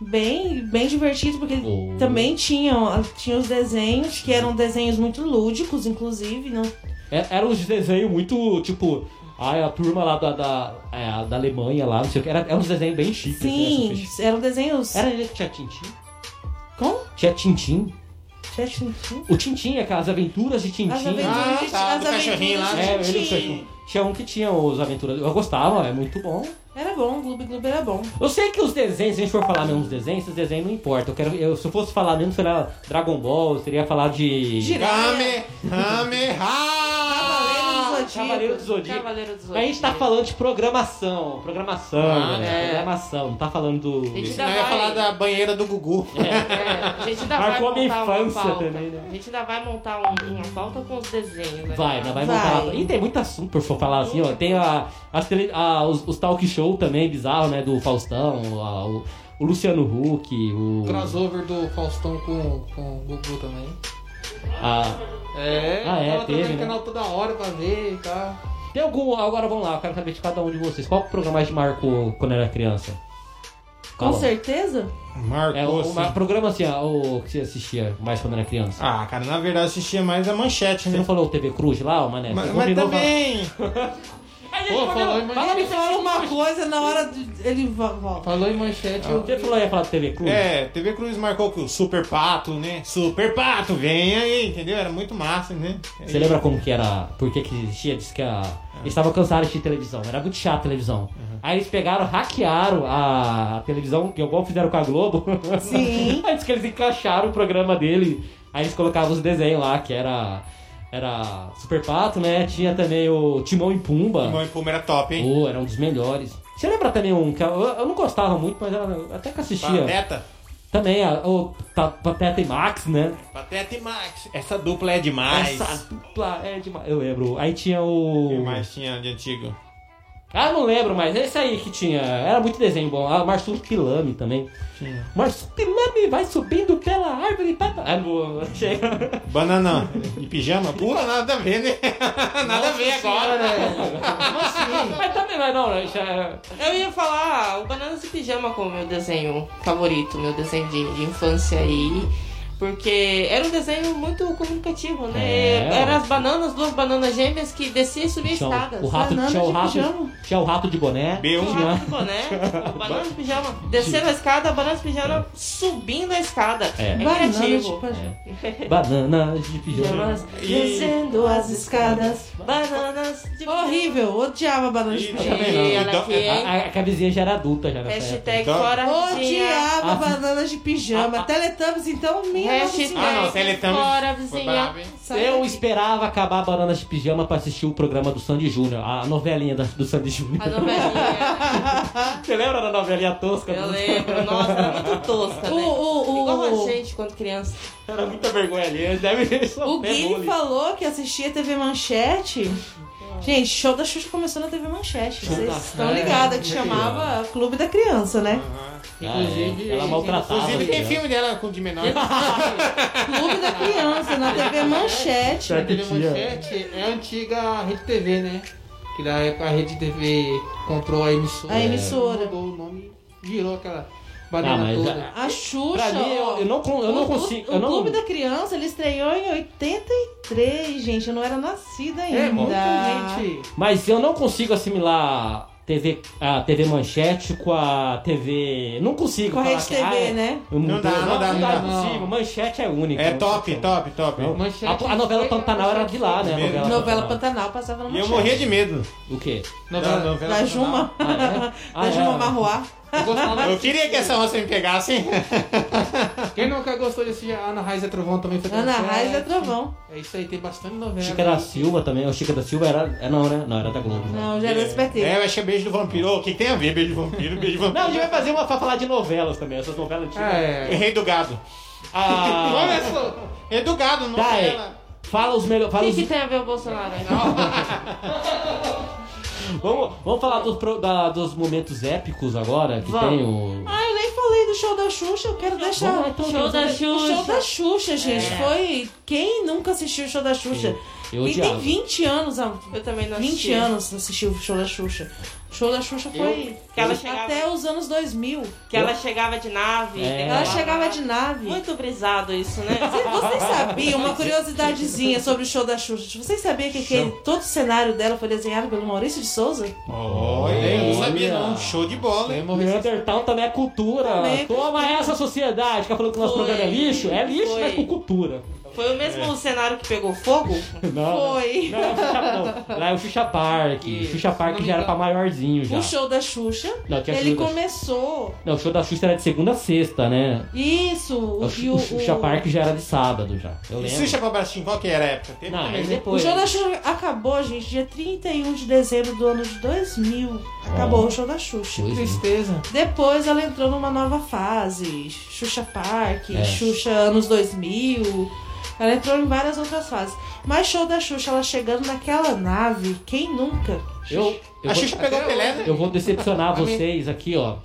bem, bem divertido, porque Oh. também tinham, tinha os desenhos, que eram desenhos muito lúdicos, inclusive, né? não? É- Era uns desenhos muito, tipo, Ai, a turma lá da, da, é, a da Alemanha lá, não sei o que. Era, era uns desenhos bem chiques. né, Sim, essas eram desenhos. fichas. Era ele que tinha Tintim? Como? Tinha Tintim? Jet Tintin? O Tintim, aquelas aventuras de Tintim. As aventuras Ah, de tá, as do cachorrinho aventuras de lá, É, ele Tintin. foi. Tinha um que tinha os aventuras. Eu gostava, é muito bom. Era bom, o Gloob Gloob era bom. Eu sei que os desenhos, se a gente for falar mesmo dos desenhos, esses desenhos não importam. Eu quero, eu, se eu fosse falar mesmo, seria Dragon Ball, eu seria falar de. Gira- né? Kame, Kame, Ah, Cavaleiros Cavaleiro do do Zodíaco. Zodíaco. Tipo, Cavaleiro dos Mas a gente tá falando de programação, programação, Ah, né? é. programação, não tá falando do. Eles- Senão eu ia falar da banheira do Gugu. É, a gente ainda Marcou a vai minha montar uma infância pauta. também, né? A gente ainda vai montar um- uma pauta com os desenhos. Né? Vai, né? vai Vai. montar. E tem muito assunto por falar assim, ó. Tem a, as tele- a- os, os talk show também bizarro, né? Do Faustão, a- o, o Luciano Huck, o. Hum. Crossover do Faustão com, com o Gugu também. a- É, Ah, é, tava teve, trocando né? canal toda hora pra ver e tal. Tem algum. Agora vamos lá, eu quero saber de cada um de vocês. Qual programa mais te marcou quando era criança? Com Fala. certeza? Marcos. É, o, o ma- programa assim, ó, o que você assistia mais quando era criança? Ah, cara, na verdade eu assistia mais a manchete, Você não né? falou o TV Cruz lá, o Mané? Mas, Você mas combinou- também. Pô, falou em Ele manchete. fala uma coisa na hora de- ele vo- volta. Falou em manchete, eu Você falou ia falar do TV Cruz? É, TV Cruz marcou que o Super Pato, né? Super Pato, vem aí, entendeu? Era muito massa, né? Você lembra como que era? Por que que existia? Diz que a... É. eles estavam cansados de televisão. Era muito chato a televisão. Uhum. Aí eles pegaram, hackearam a, a televisão, que igual fizeram com a Globo. Sim. Aí diz que eles encaixaram o programa dele. Aí eles colocavam os desenhos lá, que era... Era Super Pato, né? Tinha também o Timão e Pumba. Timão e Pumba era top, hein? Pô, era um dos melhores. Você lembra também um que eu, eu não gostava muito, mas era- até que assistia. Pateta. Também, a- o Ta- Pateta e Max, né? Pateta e Max. Essa dupla é demais. Essa dupla é demais. Eu lembro. Aí tinha O que o. mais tinha de antigo? Ah, não lembro, mas esse aí que tinha. Era muito desenho bom. Ah, Marsupilame também. Tinha. Marsupilame vai subindo pela árvore. Papa... Ah, não, chega. Banana. E pijama? Pula, nada a ver, né? nada a ver agora, né? mas também vai não, né? Já- Eu ia falar ah, o Bananas e Pijama como meu desenho favorito, meu desenho de, de infância aí. Porque era um desenho muito comunicativo, né? É. Eram as bananas, duas bananas gêmeas que desciam e subiam Tinha escadas. o, o rato, Banana tipo, tinha um o de rato, pijama. tinha o rato de boné. B1. O Tinha- rato de boné, o né? banana de pijama. Descendo a escada, a banana de pijama subindo a escada. É. É, Banana tipo, criativo. de É. Bananas de pijama. Pijamas E- descendo as escadas. Bananas de pijama. Horrível, odiava banana de E- pijama. também não. E ela Então, aqui, A, hein? a, a camisinha já era adulta, já nessa época. Hashtag Então- fora vizinha. Odiava Ah, banana de pijama. Teletubbies, então, minha nossa Hashtag Ah, não, senhora. Teletubbies fora Foi vizinha. brabo, hein? Sai Eu daqui. esperava acabar Bananas de Pijama pra assistir o programa do Sandy Júnior, a novelinha da- do Sandy Júnior. A novelinha. Você lembra da novelinha tosca? Eu lembro. Nossa, era muito tosca, O, né? o, o- Igual a gente quando criança. Era muita vergonha ali, eles devem o Guilherme falou que assistia TV Manchete. Gente, show da Xuxa começou na TV Manchete. Hum. Show Vocês da- estão é, ligados, que é. chamava Clube da Criança, né? é. Inclusive, ela maltratava. Inclusive tem né? filme dela com de menor. Então, Clube da Criança, na TV Manchete. Certo. TV Manchete é a antiga Rede TV, né? Que na época a Rede TV comprou a emissora. A emissora. Mudou o nome, virou aquela Ah, banana mas toda. A Xuxa. pra mim, ó, eu, eu não, con- eu o não Clube- consigo. O Eu não, Clube da Criança, ele estreou em 83, gente. Eu não era nascida ainda. É, muita gente. mas eu não consigo assimilar TV, a TV Manchete com a TV. Não consigo. Com a falar Rede que- TV, ah, é- né? Não dá, não dá, não dá. não. possível. Manchete é única. É não top, funciona. top, top. Não. Manchete A, a novela foi- Pantanal era de lá, né? A Primeiro. novela, Novela tá- Pantanal passava na E eu Manchete. morria de medo. O quê? Novela- Não, não, Da Juma. Ah, é? Ah, da é, Juma é. Marroá. Eu gostava- Eu queria que essa onça me pegasse. hein? Quem nunca gostou de assistir Ana Raiz é Trovão também foi Ana Manchete. Raiz é Trovão. É isso aí, tem bastante novela. Chica da Silva também. O Chica da Silva era. É, não, né? Não, era da Globo. né? Não, já era SBT. É, eu achei beijo do vampiro. Ô, O que que tem a ver beijo do vampiro, beijo do Não, a gente vampiro? vai fazer uma pra falar de novelas também, essas novelas antigas. É. Rei do gado. Ah, Começou. Rei do gado, não Dai, ela. fala os melhores. O Fala que, os... que tem a ver o Bolsonaro aí? Vamos, vamos falar dos, pro- da- dos momentos épicos agora que Vamos. tem o. Ah, eu nem falei do show da Xuxa, eu quero deixar. Vamos lá, então, Show da O show Xuxa. É. da Xuxa, gente, foi. Quem nunca assistiu o show da Xuxa? Eu Quem tem odiava. 20 anos, a- Eu também não 20 assisti. anos assistiu o show da Xuxa. O show da Xuxa foi Que ela até chegava- os anos 2000. Que ela chegava de nave. É. tem que Ela falar. chegava de nave. Muito brisado isso, né? Vocês sabiam, uma curiosidadezinha sobre o show da Xuxa. Vocês sabiam que aquele- todo o cenário dela foi desenhado pelo Maurício de Souza? Olha, eu não sabia não. Show de bola, hein? Lembro O desse- Neandertal também é cultura. Também é Toma essa sociedade. Fica falando que o nosso Foi. programa é lixo. É lixo, Foi. mas com cultura. Foi o É. mesmo cenário que pegou fogo? Não. Foi. Não, é o Xuxa- não. Lá é o Xuxa Park. O Xuxa Park já era pra maiorzinho já. O show da Xuxa, Não, tinha ele show da- começou. Não, o show da Xuxa era de segunda a sexta, né? Isso, o, O, e o, Xuxa Park já era de sábado já. Eu E lembro. Xuxa pra baixinho, qual que era a época? Teve Não, também, é né? O depois. show da Xuxa acabou, gente, dia 31 de dezembro do ano de 2000. Acabou o show da Xuxa. Pois é. Tristeza. Depois ela entrou numa nova fase, Xuxa Park, É. Xuxa anos 2000. Ela entrou em várias outras fases. Mas show da Xuxa, ela chegando naquela nave, quem nunca? Eu, eu, A vou, Xuxa pegou o Pelé, né? eu vou decepcionar vocês aqui, ó.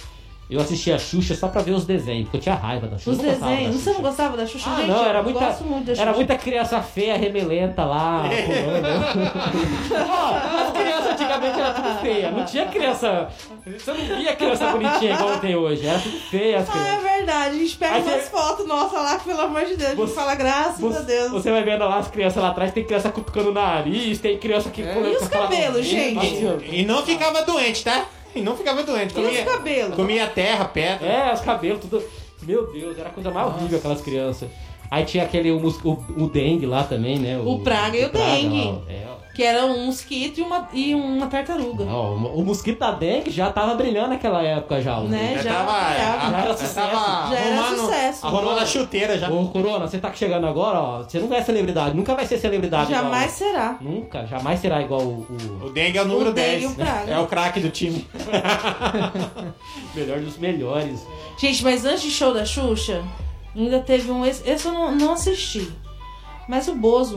Eu assisti a Xuxa só pra ver os desenhos, porque eu tinha raiva da Xuxa. Os eu não gostava da desenhos. Você não Xuxa. gostava da Xuxa? Ah, gente, não, era eu muita- gosto muito da Xuxa. Era muita criança feia, remelenta lá. pulando. Ó, as crianças antigamente eram tudo feia. Não tinha criança. Você não via criança bonitinha igual tem hoje. Era tudo feia as Ah, é crianças. verdade. A gente pega Aí umas você- fotos nossas lá, que, pelo amor de Deus, a gente é- Você- fala graças a Deus. Você vai vendo lá as crianças lá atrás, tem criança cutucando o nariz, tem criança que. É. pulando E pra os falar com assim, cabelos, alguém. gente? Nossa, E não ficava doente, tá? E não ficava doente. E os Comia, cabelos? comia terra, pedra. É, os cabelos, tudo. Meu Deus, era a coisa mais horrível aquelas crianças. Aí tinha aquele o, mos- o, o dengue lá também, né? O praga e o dengue. lá, ó. É, ó. Que era um mosquito e uma, e uma tartaruga. Ó, o, o mosquito da dengue já tava brilhando naquela época já. o Né? dengue. Já, Já tava, apoiava. Já era já sucesso. tava Já era arrumando, sucesso. arrumando a chuteira já. Ô, Corona, você tá chegando agora, ó. Você não é celebridade, nunca vai ser celebridade. igual. Jamais será. Nunca, jamais será igual o, o O dengue é o número O dengue 10. e o praga. É o craque do time. melhor dos melhores. Gente, mas antes do show da Xuxa, ainda teve um. Esse, esse eu não, não assisti. Mas o Bozo.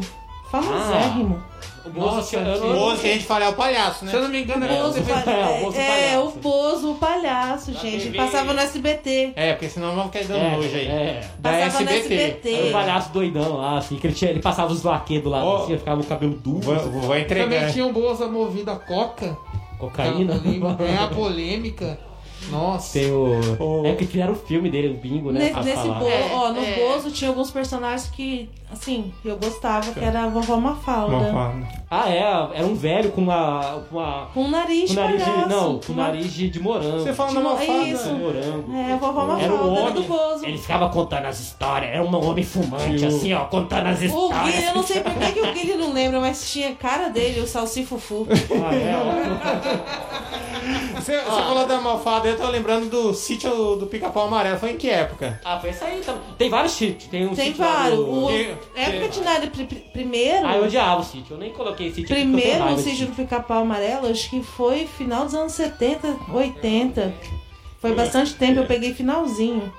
Famosérrimo. O é Nossa, O outro que a gente fala é o palhaço, né? Se eu não me engano, É, era você Bozo, você faz- pa- É, o Bozo é, palhaço. o Bozo, o palhaço, gente. TV. Passava no SBT. É, porque senão vamos cair dando É, nojo aí. é. Da Passava no SBT. Era um SBT. palhaço doidão lá, assim, que ele, tinha- ele passava os vaqueiros do lado Ó. assim, ficava o cabelo duro, assim, Vou, vou- vou Também é. entregar. tinha um Boza movido a coca. cocaína. É a polêmica. Nossa. Tem o. O- É porque fizeram o filme dele, o bingo, né? Ne- pra Nesse falar. Bozo, É, ó, no é. Bozo tinha alguns personagens que, assim, eu gostava, que era a vovó Mafalda. Ah, é, era um velho com uma. Com uma Com o nariz, com nariz de, palhaço. não, com Uma- nariz de, de morango. Você fala Tinha na uma- malfada. é isso. de morango. É, a vovó Era um Mafalda era do homem. Bozo. Ele ficava contando as histórias. Era um homem fumante, Tio. assim, ó, contando as O Guilherme, histórias. eu não sei por que, que o Guilherme não lembra, mas tinha a cara dele, o Salsifufu. Ah, é, Você, você falou da malfada, eu tô lembrando do sítio do pica-pau amarelo. Foi em que época? ah, foi isso aí. Então. Tem vários chips. Tem um Tem sítio lá vários. do- O... Tem- Época de nada, pri- pri- primeiro. Ah, eu odiava o sítio. Eu nem coloquei sítio. porque eu tenho Primeiro raiva o de sítio do pica-pau amarelo, acho que foi final dos anos 70, 80. É. Foi bastante tempo, eu peguei finalzinho.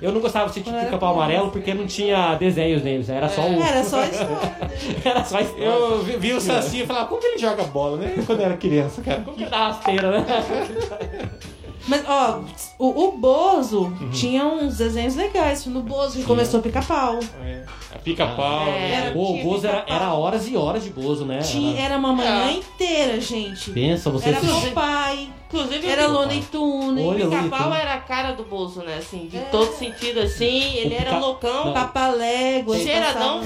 Eu não gostava do sítio Quando do era pica-pau amarelo porque não tinha desenhos neles. Era só o... Era só a história. Era só a história. Eu vi, vi o Saci e falava, como que ele joga bola, né? Quando eu era criança, cara. Como que dá rasteira, né? Mas, ó, o, o Bozo tinha uns desenhos legais. No Bozo que começou o pica-pau. Pica-pau. é, Era- Pô, o tinha Bozo era, pica-pau. era horas e horas de Bozo, né? Tinha- Era- Era uma Ah. manhã inteira, gente. Pensa, você... Era assistia- Popeye, Inclusive, era o Looney Tunes. Olha, o pica-pau Looney Tunes. era a cara do Bozo, né? Assim, de É. todo sentido, assim. Ele O era pica- loucão, Tá, Não. Papalégua, cheiradão.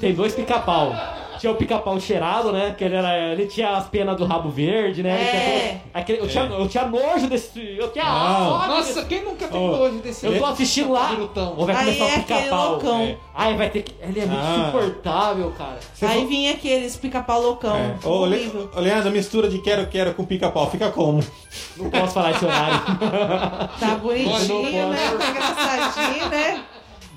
Tem dois pica-pau. Tinha o pica-pau cheirado, né? Que ele, era, ele tinha as penas do rabo verde, né? Ele É. tinha todo- aquele- eu, tinha, eu tinha nojo desse. Eu tinha Ah, Não. ódio desse- Nossa, quem nunca tem Ô, nojo desse Eu tô assistindo lá. Lutão. Ou vai Aí começar é o aquele pica-pau. loucão. É. Aí vai ter que. Ele é muito Ah. insuportável, cara. Aí vinha aqueles pica-pau loucão. É. Ô, Le- Horrível. ô, Leandro, mistura de quero-quero com pica-pau, fica como? Não posso falar esse horário. Tá bonitinho, Olha, né? Tá engraçadinho, né?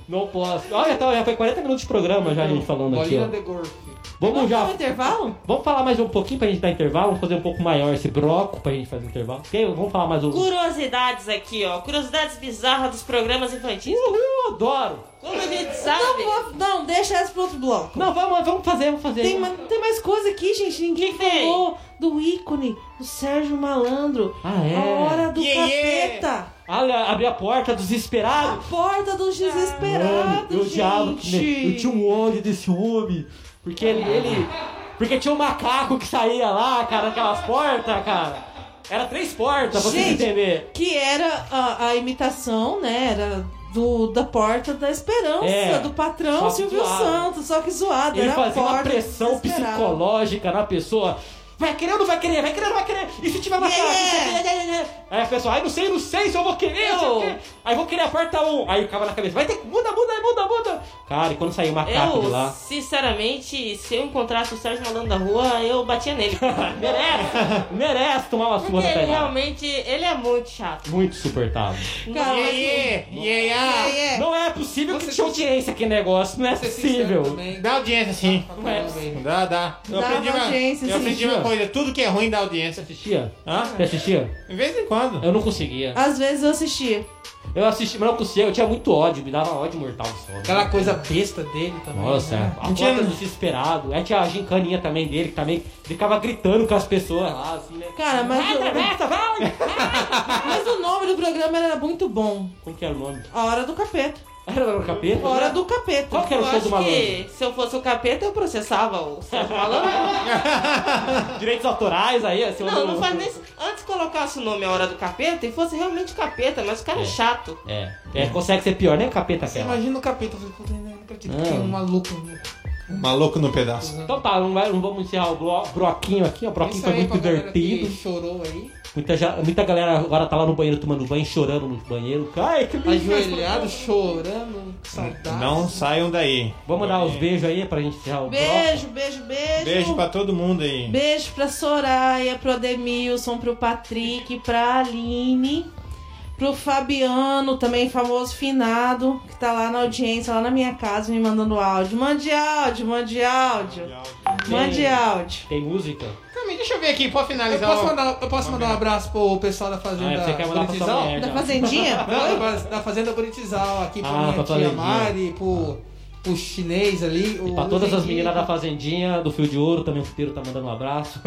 Não posso. Olha, então, já foi 40 minutos de programa já a gente falando aqui. Bolinha Ó. de golfe. Vamos Vamos já. dar um intervalo? Vamos falar mais um pouquinho pra gente dar intervalo? Vamos fazer um pouco maior esse bloco pra gente fazer um intervalo. Tem- Vamos falar mais um. Curiosidades aqui, ó. Curiosidades bizarras dos programas infantis. Uhul, eu adoro! Como a gente sabe. Não, vou- não, deixa essa pro outro bloco. Não, vamos, vamos fazer, vamos fazer. Tem, ma- tem mais coisa aqui, gente. Ninguém Que tem? falou do ícone, do Sérgio Malandro. Ah, é? A hora do Yeah, yeah. capeta. Olha, abri a porta A desesperado. porta dos desesperados, Mano, eu um gente. odiava, né? Eu tinha um ódio desse homem. Porque ele, ele, Porque tinha um macaco que saía lá, cara, aquelas portas, cara. Era três portas, pra vocês Gente. entenderem. Que era a, a imitação, né? Era do, da porta da esperança, É, do só patrão que Silvio zoado. Santos, só que zoado. Ele era a fazia uma porta pressão desesperada. psicológica na pessoa. Vai querer ou não vai querer? Vai querer ou não vai querer? E se tiver macaco? Yeah. Aí a pessoa, ai, não sei, não sei se eu vou querer, não sei o Eu- quê. Aí vou querer a porta 1. Aí ficava na cabeça, vai ter que. Muda, muda, muda, muda. Cara, e quando saiu o macaco de Eu, lá? sinceramente, se eu encontrasse o Sérgio Malandro da rua, eu batia nele. Merece! Merece tomar uma Porque surra ele da realmente, ele é muito chato. Muito suportável. Cara, mas Yeah, É, yeah, yeah. é. Não é possível que Você- tinha audiência que negócio, não é Ser sincero possível. também. Dá audiência sim. Não é. Dá, dá. Eu Dá aprendi, uma uma, audiência, eu sim. aprendi uma coisa, tudo que é ruim dá audiência. Assistia? Hã? Você assistia? De vez em quando. Eu não conseguia. Às vezes eu assistia. Eu assisti, mas não conseguia, eu tinha muito ódio, me dava ódio mortal só. Aquela coisa besta dele também. Nossa, é. né? a tinha desesperado. Aí tinha a gincaninha também dele, que também ficava gritando com as pessoas lá, assim, né? Cara, mas, Vai, o, atravessa, vai! mas o nome do programa era muito bom. Como que era o nome? A Hora do Capeta. Era o capeta? A Hora do Capeta. Né? Qual que era o Eu show acho do malandro? que se eu fosse o capeta, eu processava o Sérgio Malandro. Direitos autorais aí, assim, Não, o- não faz nem... Antes colocasse o nome A Hora do Capeta e fosse realmente o capeta, mas o cara é, É. chato. É, é, consegue ser pior, né, capeta Você aquela. imagina o capeta, eu falei, puta, não acredito Não. que tem um maluco. Maluco no pedaço. Então tá, não, vai- não vamos encerrar o blo- broquinho aqui, ó. O broquinho Isso foi aí tá muito pra galera que divertido. chorou aí, Muita, ja- muita galera agora tá lá no banheiro tomando banho, chorando no banheiro. Ai, que lindo! ajoelhado, chorando, que saudade. Não saiam daí. Vamos dar uns É. beijos aí pra gente encerrar o bloco. Beijo, beijo, beijo. Beijo pra todo mundo aí. Beijo pra Soraya, pro Ademilson, pro Patrick, pra Aline, pro Fabiano, também famoso finado, que tá lá na audiência, lá na minha casa, me mandando áudio. Mande áudio, mande áudio. Mande Beijo. áudio. Tem música? Calma aí, deixa eu ver aqui, pode Eu finalizar. posso, ó. mandar, eu posso mandar um abraço pro pessoal da Fazenda é, Ah, você quer mandar pra sua Bonitizal? mulher. Da Fazendinha? Não, da- da Fazenda Bonitizal, aqui pra Ah, pra minha tia Fazendinha. Mari, pro, pro chinês ali. E o pra todas as Luiz meninas da Henrique. Fazendinha, do Fio de Ouro, também o Futeiro tá mandando um abraço.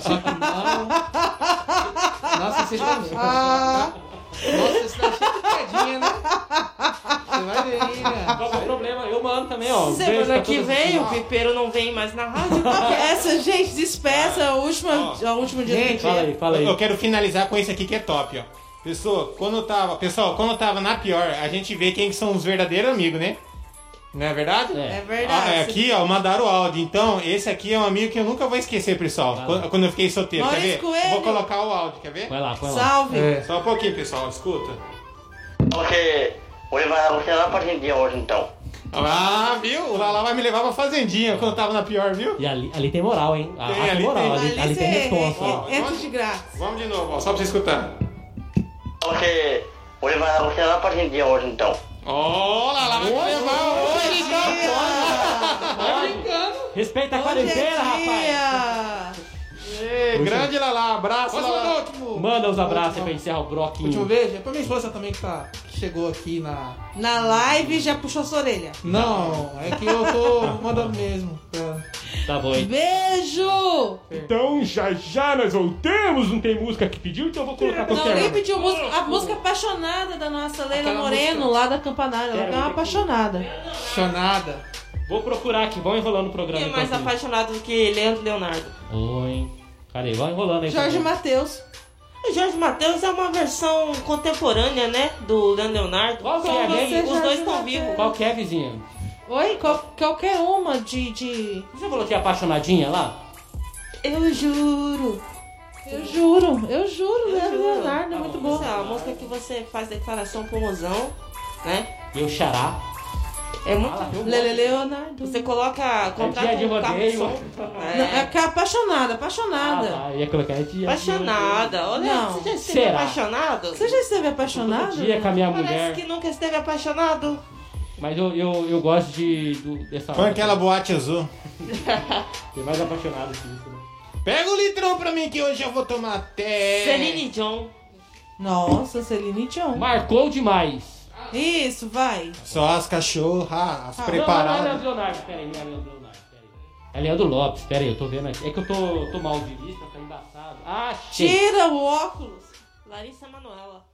Só que não. Nossa, vocês estão. Nossa, vocês estão cheio de piadinha, né? Você vai ver aí, né? Qual que é o problema? Eu mando também, ó. Um beijo pra Semana que todas- vem, o pipeiro não vem mais na rádio. Essa, gente, despeça a última, a última dia Gente, Fala aí, fala Eu aí. quero finalizar com esse aqui que é top, ó. Pessoa, quando eu tava, pessoal, quando eu tava na pior, a gente vê quem que são os verdadeiros amigos, né? Não é verdade? É Ah, é verdade. aqui, ó, mandaram o áudio. Então, esse aqui é um amigo que eu nunca vou esquecer, pessoal. Vai lá. Quando, quando eu fiquei solteiro, Maurício quer ver? Eu Vou Coelho. colocar o áudio, quer ver? Vai lá, vai lá. Salve. É. Só um pouquinho, pessoal, escuta. Você. Hoje vai você vai lá pra gente hoje então. Ah, viu? O Lala vai me levar pra fazendinha quando eu tava na pior, viu? E ali, ali tem moral, hein? Ah, Tem, tem ali moral, tem. ali, ali tem cê- resposta. Ó, entra nós- de graça. Vamos de novo, ó, só pra você escutar. Você. Hoje vai você vai lá pra gente hoje então. Ó, o Lala vai me levar hoje. Respeita a Hoje quarentena, rapaz! é dia. Ê, Grande Lala, abraço, Posso mandar Lala. último? Manda os abraços aí pra último, encerrar o broquinho. último beijo? É pra minha esposa também que, tá, que chegou aqui na. Na live já puxou sua orelha. Não, é que eu tô mandando mesmo. pra- Tá bom, hein? Beijo! Então já já nós voltamos, não tem música que pediu, então eu vou colocar Não, ninguém pediu música, a música apaixonada da nossa Leila Aquela Moreno, música. lá da Campanária. Ela Quero é uma ver. apaixonada. Chonada. Vou procurar aqui, vão enrolando o programa. Quem é mais enquanto isso. apaixonado do que Leandro Leonardo? Oi. Cara, aí, vai enrolando aí. Jorge também. Matheus. O Jorge Matheus é uma versão contemporânea, né? Do Leandro Leonardo. Qual que Só é, você- hein? Os Jorge dois estão Mateus. vivos. Qual que é, vizinha? Oi, qual- qualquer uma de, de. Você falou que é apaixonadinha lá? Eu juro. Eu juro, eu juro, Leandro Leonardo, é muito Essa boa. é uma música que você faz declaração pro mozão, né? Meu xará. É muito. Ah, eu gosto. Lele Leonardo. Você coloca. Contrata É dia de um carro de rodeio. som. Não, É. é que é apaixonada, Ah, apaixonada. tá, ia colocar esse dia. Apaixonada. Olha, Não. você já esteve Será? apaixonado? Você já esteve Todo apaixonado? dia com a minha Parece mulher. que nunca esteve apaixonado. Mas eu, eu, eu gosto de. Do, dessa. Põe aquela boate azul. Tem mais apaixonado que isso, né? Pega o litrão pra mim que hoje eu vou tomar até. Celine John. Nossa, Celine Dion. Marcou demais. Isso, vai. Só as cachorras, Ah, as Não, não é preparadas. Leandro Leonardo, peraí, não é Leandro Leonardo, peraí. É Leandro Lopes, peraí, eu tô vendo aqui. É que eu tô, tô mal de vista, tá embaçado. Ah, achei. Tira o óculos. Larissa Manoela.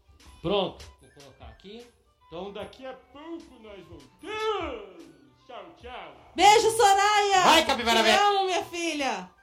Pronto, vou colocar aqui. Então daqui a pouco nós voltamos. Tchau. Tchau, tchau. Beijo, Soraya! Vai, capivara Te velha. amo, minha filha!